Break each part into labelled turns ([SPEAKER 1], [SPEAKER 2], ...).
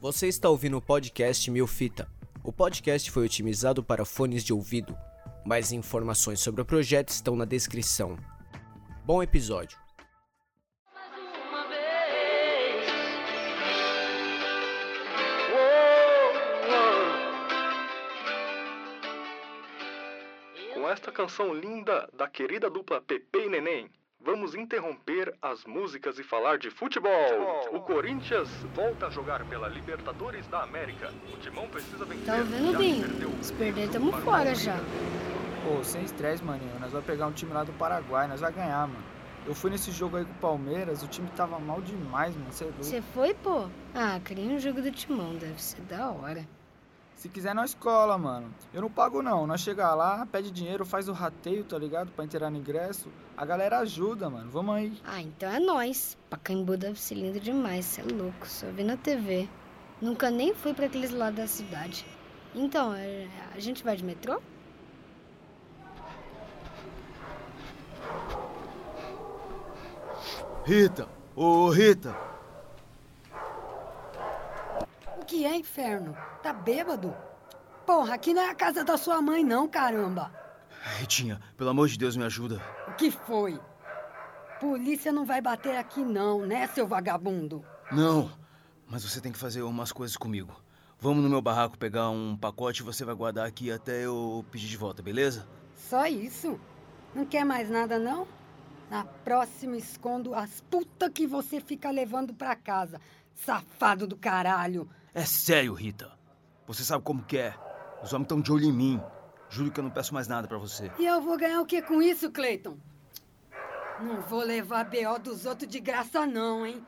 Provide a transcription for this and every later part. [SPEAKER 1] Você está ouvindo o podcast Mil Fita. O podcast foi otimizado para fones de ouvido. Mais informações sobre o projeto estão na descrição. Bom episódio.
[SPEAKER 2] Mais uma vez.
[SPEAKER 3] Com esta canção linda da querida dupla Pepe e Neném, vamos interromper as músicas e falar de futebol. O Corinthians volta a jogar pela Libertadores da América. O Timão precisa vencer.
[SPEAKER 4] Tá ouvindo
[SPEAKER 3] já
[SPEAKER 4] bem?
[SPEAKER 3] perdeu.
[SPEAKER 4] Se perder, tamo fora já.
[SPEAKER 3] né?
[SPEAKER 5] Pô, sem estresse, maninho. Nós vamos pegar um time lá do Paraguai, nós vai ganhar, mano. Eu fui nesse jogo aí com o Palmeiras, o time tava mal demais, mano. Cê é louco.
[SPEAKER 4] Você foi, pô? Ah, queria um jogo do Timão, deve ser da hora.
[SPEAKER 5] Se quiser, nós cola, mano. Eu não pago, não. Nós chega lá, pede dinheiro, faz o rateio, tá ligado? Pra inteirar no ingresso. A galera ajuda, mano. Vamos aí.
[SPEAKER 4] Ah, então é nóis. Pacaembu deve ser lindo demais, cê é louco, só vi na TV. Nunca nem fui pra aqueles lados da cidade. Então, é- a gente vai de metrô?
[SPEAKER 6] Rita! Ô Rita!
[SPEAKER 7] O que é inferno? Tá bêbado? Porra, aqui não é a casa da sua mãe, não, caramba.
[SPEAKER 6] Ritinha, pelo amor de Deus, me ajuda.
[SPEAKER 7] O que foi? Polícia não vai bater aqui, não, né, seu vagabundo?
[SPEAKER 6] Não, mas você tem que fazer umas coisas comigo. Vamos no meu barraco pegar um pacote e você vai guardar aqui até eu pedir de volta, beleza?
[SPEAKER 7] Só isso? Não quer mais nada, não? Na próxima, escondo as putas que você fica levando pra casa, safado do caralho.
[SPEAKER 6] É sério, Rita. Você sabe como que é. Os homens estão de olho em mim. Juro que eu não peço mais nada pra você.
[SPEAKER 7] E eu vou ganhar o que com isso, Cleiton? Não vou levar BO dos outros de graça, não, hein?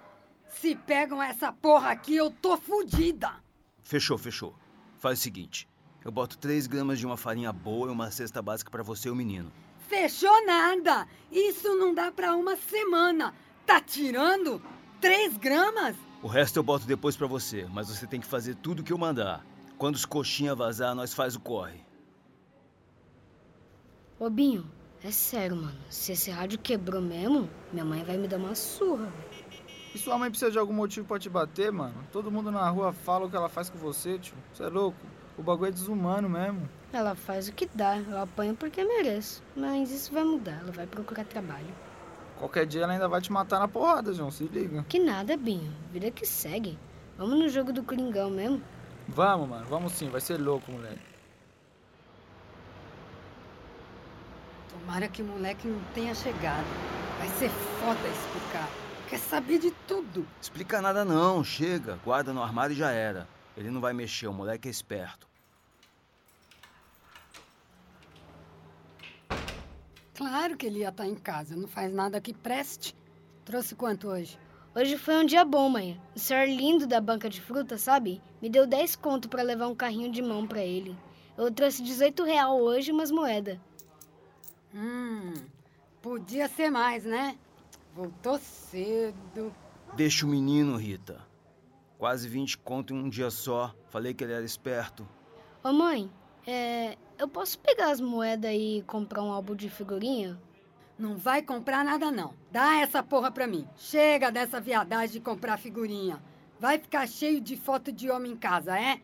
[SPEAKER 7] Se pegam essa porra aqui, eu tô fudida.
[SPEAKER 6] Fechou, fechou. Faz o seguinte. Eu boto 3 gramas de uma farinha boa e uma cesta básica pra você e o menino.
[SPEAKER 7] Fechou nada! Isso não dá pra uma semana! Tá tirando? 3 gramas?
[SPEAKER 6] O resto eu boto depois pra você, mas você tem que fazer tudo que eu mandar. Quando os coxinha vazar, nós faz o corre.
[SPEAKER 4] Ô, Binho, é sério, mano. Se esse rádio quebrou mesmo, minha mãe vai me dar uma surra. velho.
[SPEAKER 5] E sua mãe precisa de algum motivo pra te bater, mano? Todo mundo na rua fala o que ela faz com você, tio. Você é louco? O bagulho é desumano mesmo.
[SPEAKER 4] Ela faz o que dá, eu apanho porque mereço. Mas isso vai mudar, ela vai procurar trabalho.
[SPEAKER 5] Qualquer dia ela ainda vai te matar na porrada, João. Se liga.
[SPEAKER 4] Que nada, Binho. Vida que segue. Vamos no jogo do Coringão mesmo.
[SPEAKER 5] Vamos, mano. Vamos sim. Vai ser louco, moleque.
[SPEAKER 7] Tomara que o moleque não tenha chegado. Vai ser foda explicar. Quer saber de tudo.
[SPEAKER 6] Explica nada não, chega, guarda no armário e já era. Ele não vai mexer, o moleque é esperto.
[SPEAKER 7] Claro que ele ia estar em casa, não faz nada que preste. Trouxe quanto hoje?
[SPEAKER 4] Hoje foi um dia bom, mãe. O senhor lindo da banca de fruta, sabe? Me deu 10 conto pra levar um carrinho de mão pra ele. Eu trouxe 18 real hoje e umas moedas.
[SPEAKER 7] Hum, podia ser mais, né? Voltou cedo.
[SPEAKER 6] Deixa o menino, Rita. Quase 20 conto em um dia só. Falei que ele era esperto.
[SPEAKER 4] Ô mãe, é, eu posso pegar as moedas e comprar um álbum de figurinha?
[SPEAKER 7] Não vai comprar nada, não. Dá essa porra pra mim. Chega dessa viadagem de comprar figurinha. Vai ficar cheio de foto de homem em casa, é?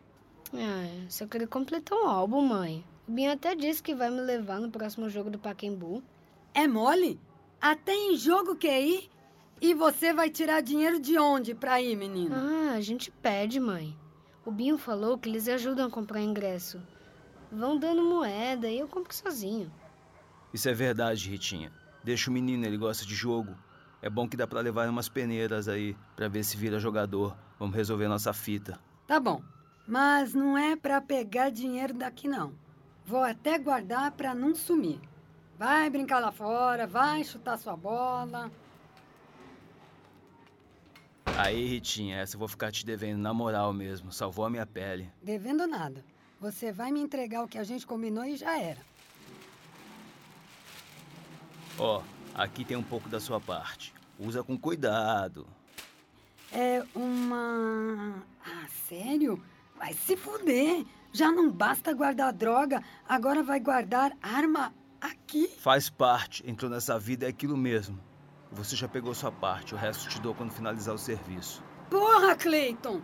[SPEAKER 4] Ah, só queria completar um álbum, mãe. O Binho até disse que vai me levar no próximo jogo do Pacaembu.
[SPEAKER 7] É mole? Até em jogo quer ir? E você vai tirar dinheiro de onde pra ir, menino?
[SPEAKER 4] Ah, a gente pede, mãe. O Binho falou que eles ajudam a comprar ingresso. Vão dando moeda e eu compro sozinho.
[SPEAKER 6] Isso é verdade, Ritinha. Deixa o menino, ele gosta de jogo. É bom que dá pra levar umas peneiras aí, pra ver se vira jogador. Vamos resolver nossa fita.
[SPEAKER 7] Tá bom. Mas não é pra pegar dinheiro daqui, não. Vou até guardar pra não sumir. Vai brincar lá fora, vai chutar sua bola.
[SPEAKER 6] Aí, Ritinha, essa eu vou ficar te devendo na moral mesmo. Salvou a minha pele.
[SPEAKER 7] Devendo nada. Você vai me entregar o que a gente combinou e já era.
[SPEAKER 6] Ó, aqui tem um pouco da sua parte. Usa com cuidado.
[SPEAKER 7] É uma. Ah, sério? Vai se fuder! Já não basta guardar droga, agora vai guardar arma aqui?
[SPEAKER 6] Faz parte, entrou nessa vida é aquilo mesmo. Você já pegou sua parte, o resto te dou quando finalizar o serviço.
[SPEAKER 7] Porra, Cleiton!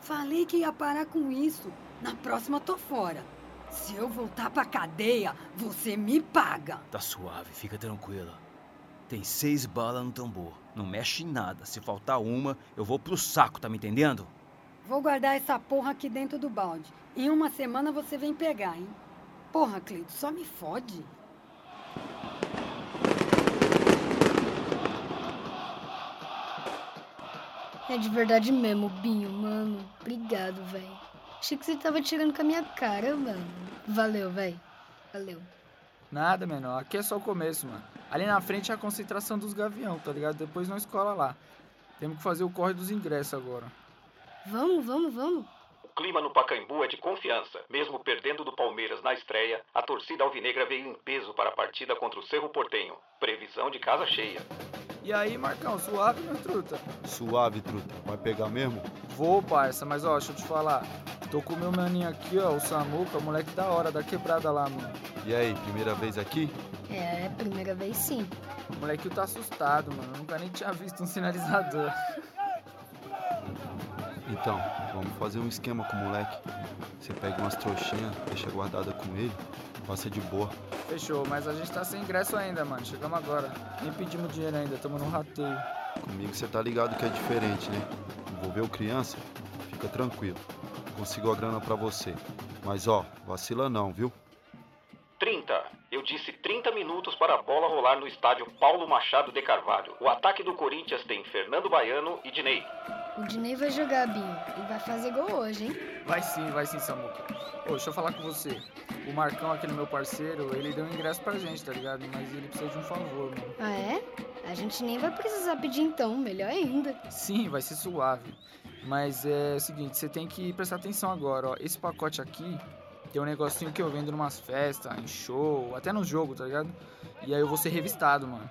[SPEAKER 7] Falei que ia parar com isso. Na próxima tô fora. Se eu voltar pra cadeia, você me paga.
[SPEAKER 6] Tá suave, fica tranquila. Tem seis balas no tambor. Não mexe em nada. Se faltar uma, eu vou pro saco, tá me entendendo?
[SPEAKER 7] Vou guardar essa porra aqui dentro do balde. Em uma semana você vem pegar, hein? Porra, Cleito, só me fode.
[SPEAKER 4] É de verdade mesmo, Binho, mano. Obrigado, velho. Achei que você tava tirando com a minha cara, mano. Valeu, velho. Valeu.
[SPEAKER 5] Nada, menor. Aqui é só o começo, mano. Ali na frente é a concentração dos gavião, tá ligado? Depois nós cola lá. Temos que fazer o corre dos ingressos agora.
[SPEAKER 4] Vamos, vamos, vamos.
[SPEAKER 8] O clima no Pacaembu é de confiança. Mesmo perdendo do Palmeiras na estreia, a torcida alvinegra veio em peso para a partida contra o Cerro Portenho. Previsão de casa cheia.
[SPEAKER 5] E aí, Marcão, suave, meu truta?
[SPEAKER 9] Suave, truta. Vai pegar mesmo?
[SPEAKER 5] Vou, parça, mas ó, deixa eu te falar. Tô com o meu maninho aqui, ó, o Samuca, o moleque da hora, da quebrada lá, mano.
[SPEAKER 9] E aí, primeira vez aqui?
[SPEAKER 4] É, primeira vez sim.
[SPEAKER 5] O moleque tá assustado, mano. Eu nunca nem tinha visto um sinalizador.
[SPEAKER 9] Então, vamos fazer um esquema com o moleque. Você pega umas trouxinhas, deixa guardada com ele, passa de boa.
[SPEAKER 5] Fechou, mas a gente tá sem ingresso ainda, mano. Chegamos agora. Nem pedimos dinheiro ainda, tamo no rateio.
[SPEAKER 9] Comigo você tá ligado que é diferente, né? Envolveu criança? Fica tranquilo. Consigo a grana pra você. Mas ó, vacila não, viu?
[SPEAKER 8] 30. Eu disse 30 minutos para a bola rolar no estádio Paulo Machado de Carvalho. O ataque do Corinthians tem Fernando Baiano e Dinei.
[SPEAKER 4] O Dinei vai jogar, Binho. Ele vai fazer gol hoje, hein?
[SPEAKER 5] Vai sim, vai sim, Samuca. Ô, deixa eu falar com você. O Marcão, aquele meu parceiro, ele deu um ingresso pra gente, tá ligado? Mas ele precisa de um favor, mano.
[SPEAKER 4] Ah, é? A gente nem vai precisar pedir então, melhor ainda.
[SPEAKER 5] Sim, vai ser suave. Mas é o seguinte, você tem que prestar atenção agora, ó. Esse pacote aqui tem um negocinho que eu vendo em umas festas, em show, até no jogo, tá ligado? E aí eu vou ser revistado, mano.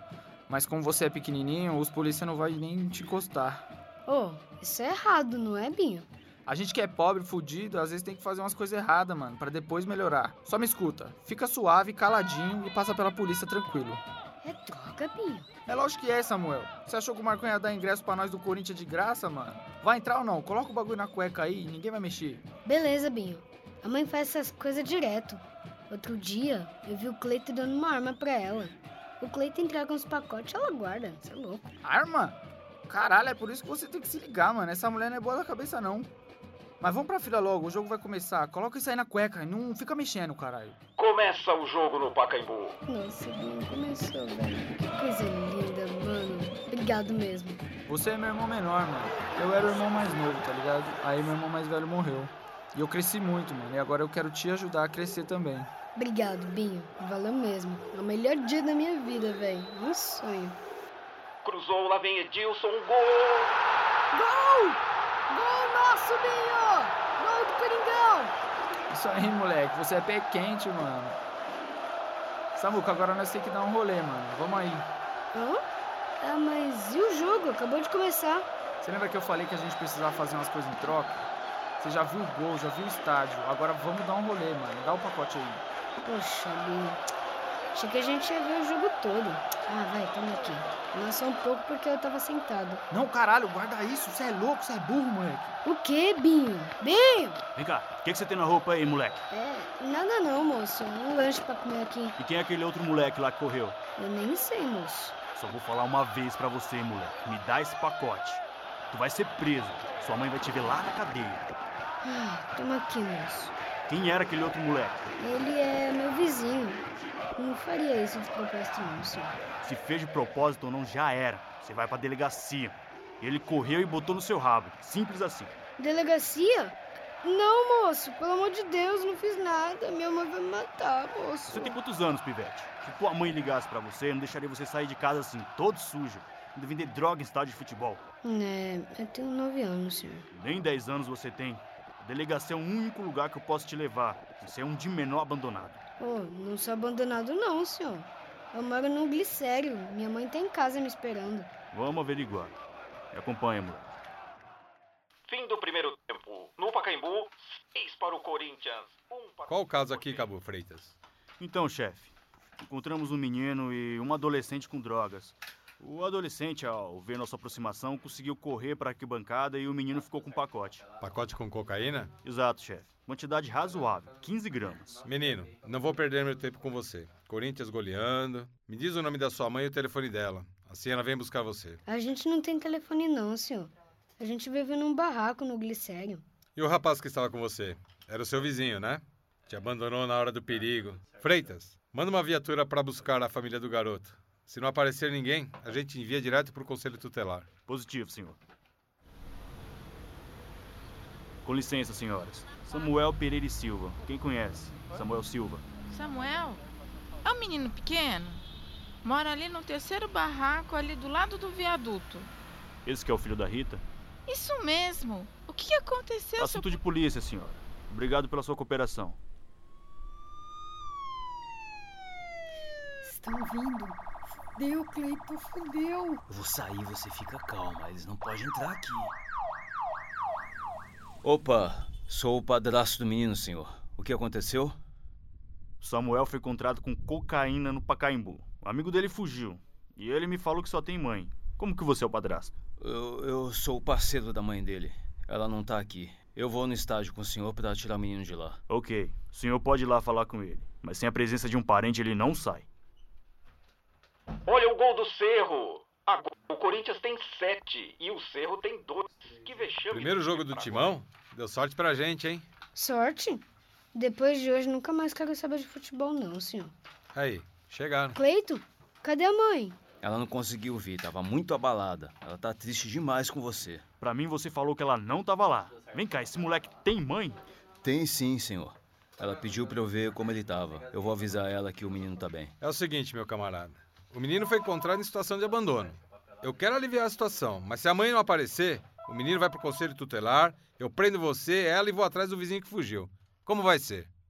[SPEAKER 5] Mas como você é pequenininho, os polícia não vai nem te encostar.
[SPEAKER 4] Ô, isso é errado, não é, Binho?
[SPEAKER 5] A gente que é pobre, fudido, às vezes tem que fazer umas coisas erradas, mano, pra depois melhorar. Só me escuta, fica suave, caladinho e passa pela polícia tranquilo.
[SPEAKER 4] É droga, Binho.
[SPEAKER 5] É lógico que é, Samuel. Você achou que o Marcão ia dar ingresso pra nós do Corinthians de graça, mano? Vai entrar ou não? Coloca o bagulho na cueca aí e ninguém vai mexer.
[SPEAKER 4] Beleza, Binho. A mãe faz essas coisas direto. Outro dia, eu vi o Cleito dando uma arma pra ela. O Cleito entrega uns pacotes, ela guarda. Você é louco.
[SPEAKER 5] Arma? Caralho, é por isso que você tem que se ligar, mano. Essa mulher não é boa da cabeça, não. Mas vamos pra fila logo, o jogo vai começar. Coloca isso aí na cueca, não fica mexendo, caralho.
[SPEAKER 8] Começa o jogo no Pacaembu.
[SPEAKER 4] Nossa, Binho, começou, velho. Que coisa linda, mano. Obrigado mesmo.
[SPEAKER 5] Você é meu irmão menor, mano. Eu era o irmão mais novo, tá ligado? Aí meu irmão mais velho morreu. E eu cresci muito, mano. E agora eu quero te ajudar a crescer também.
[SPEAKER 4] Obrigado, Binho. Valeu mesmo. É o melhor dia da minha vida, velho. Um sonho.
[SPEAKER 8] Cruzou, lá vem Edilson, gol!
[SPEAKER 4] Gol! Gol nosso, Binho! Gol do Coringão!
[SPEAKER 5] Isso aí, moleque. Você é pé quente, mano. Samuca, agora nós temos que dar um rolê, mano. Vamos aí.
[SPEAKER 4] Hã? Ah, mas e o jogo? Acabou de começar.
[SPEAKER 5] Você lembra que eu falei que a gente precisava fazer umas coisas em troca? Você já viu o gol, já viu o estádio. Agora vamos dar um rolê, mano. Dá o pacote aí.
[SPEAKER 4] Poxa, Binho. Achei que a gente ia ver o jogo todo. Ah, vai, toma aqui. Não só um pouco porque eu tava sentado.
[SPEAKER 5] Não, caralho, guarda isso. Você é louco, você é burro, moleque.
[SPEAKER 4] O que, Binho? Binho!
[SPEAKER 10] Vem cá, o que, que você tem na roupa aí, moleque?
[SPEAKER 4] É, nada não, moço. Um lanche pra comer aqui.
[SPEAKER 10] E quem é aquele outro moleque lá que correu?
[SPEAKER 4] Eu nem sei, moço.
[SPEAKER 10] Só vou falar uma vez pra você, moleque. Me dá esse pacote. Tu vai ser preso. Sua mãe vai te ver lá na cadeia.
[SPEAKER 4] Ah, toma aqui, moço.
[SPEAKER 10] Quem era aquele outro moleque?
[SPEAKER 4] Ele é meu vizinho. Não faria isso de propósito, não, senhor.
[SPEAKER 10] Se fez de propósito ou não, já era. Você vai pra delegacia. Ele correu e botou no seu rabo. Simples assim.
[SPEAKER 4] Delegacia? Não, moço. Pelo amor de Deus, não fiz nada. Minha mãe vai me matar, moço.
[SPEAKER 10] Você tem quantos anos, pivete? Se tua mãe ligasse pra você, eu não deixaria você sair de casa assim, todo sujo. Ainda vender droga em estádio de futebol.
[SPEAKER 4] É, eu tenho nove anos, senhor.
[SPEAKER 10] Nem 10 anos você tem. A delegacia é o único lugar que eu posso te levar. Você é um de menor abandonado.
[SPEAKER 4] Oh, não sou abandonado, não, senhor. Eu moro num glicério. Minha mãe tá em casa me esperando.
[SPEAKER 10] Vamos averiguar. Me acompanha, moleque.
[SPEAKER 8] Fim do primeiro tempo. No Pacaembu, 6 para o Corinthians. Um para
[SPEAKER 11] Qual o caso aqui, Cabo Freitas?
[SPEAKER 10] Então, chefe, encontramos um menino e uma adolescente com um drogas. O adolescente, ao ver nossa aproximação, conseguiu correr para a arquibancada e o menino ficou com o pacote.
[SPEAKER 5] Pacote com cocaína?
[SPEAKER 10] Exato, chefe. Quantidade razoável, 15 gramas.
[SPEAKER 5] Menino, não vou perder meu tempo com você. Corinthians goleando. Me diz o nome da sua mãe e o telefone dela. Assim ela vem buscar você.
[SPEAKER 4] A gente não tem telefone, não, senhor. A gente vive num barraco no glicério.
[SPEAKER 5] E o rapaz que estava com você? Era o seu vizinho, né? Te abandonou na hora do perigo. Freitas, manda uma viatura para buscar a família do garoto. Se não aparecer ninguém, a gente envia direto para o conselho tutelar.
[SPEAKER 10] Positivo, senhor. Com licença, senhoras. Samuel Pereira e Silva. Quem conhece? Samuel Silva.
[SPEAKER 12] Samuel? É um menino pequeno. Mora ali no terceiro barraco, ali do lado do viaduto.
[SPEAKER 10] Esse que é o filho da Rita?
[SPEAKER 12] Isso mesmo. O que que aconteceu, seu...
[SPEAKER 10] Assunto de polícia, senhora. Obrigado pela sua cooperação.
[SPEAKER 7] Estão vindo. Fudeu, Cleiton, fudeu.
[SPEAKER 9] Eu vou sair, você fica calma. Eles não podem entrar aqui. Opa, sou o padrasto do menino, senhor. O que aconteceu?
[SPEAKER 10] Samuel foi encontrado com cocaína no Pacaembu. O amigo dele fugiu. E ele me falou que só tem mãe. Como que você é o padrasto?
[SPEAKER 9] Eu, eu sou o parceiro da mãe dele. Ela não tá aqui. Eu vou no estádio com o senhor pra tirar o menino de lá.
[SPEAKER 10] Ok, o senhor pode ir lá falar com ele. Mas sem a presença de um parente, ele não sai.
[SPEAKER 8] Olha o gol do Cerro! Agora o Corinthians tem sete e o Cerro tem dois. Que vexame.
[SPEAKER 5] Primeiro jogo do Timão? Deu sorte pra gente, hein?
[SPEAKER 4] Sorte? Depois de hoje, nunca mais quero saber de futebol, não, senhor.
[SPEAKER 5] Aí, chegaram.
[SPEAKER 4] Cleito, cadê a mãe?
[SPEAKER 9] Ela não conseguiu vir, tava muito abalada. Ela tá triste demais com você.
[SPEAKER 10] Pra mim, você falou que ela não tava lá. Vem cá, esse moleque tem mãe?
[SPEAKER 9] Tem sim, senhor. Ela pediu pra eu ver como ele tava. Eu vou avisar ela que o menino tá bem.
[SPEAKER 5] É o seguinte, meu camarada. O menino foi encontrado em situação de abandono. Eu quero aliviar a situação, mas se a mãe não aparecer, o menino vai pro conselho tutelar, eu prendo você, ela e vou atrás do vizinho que fugiu. Como vai ser?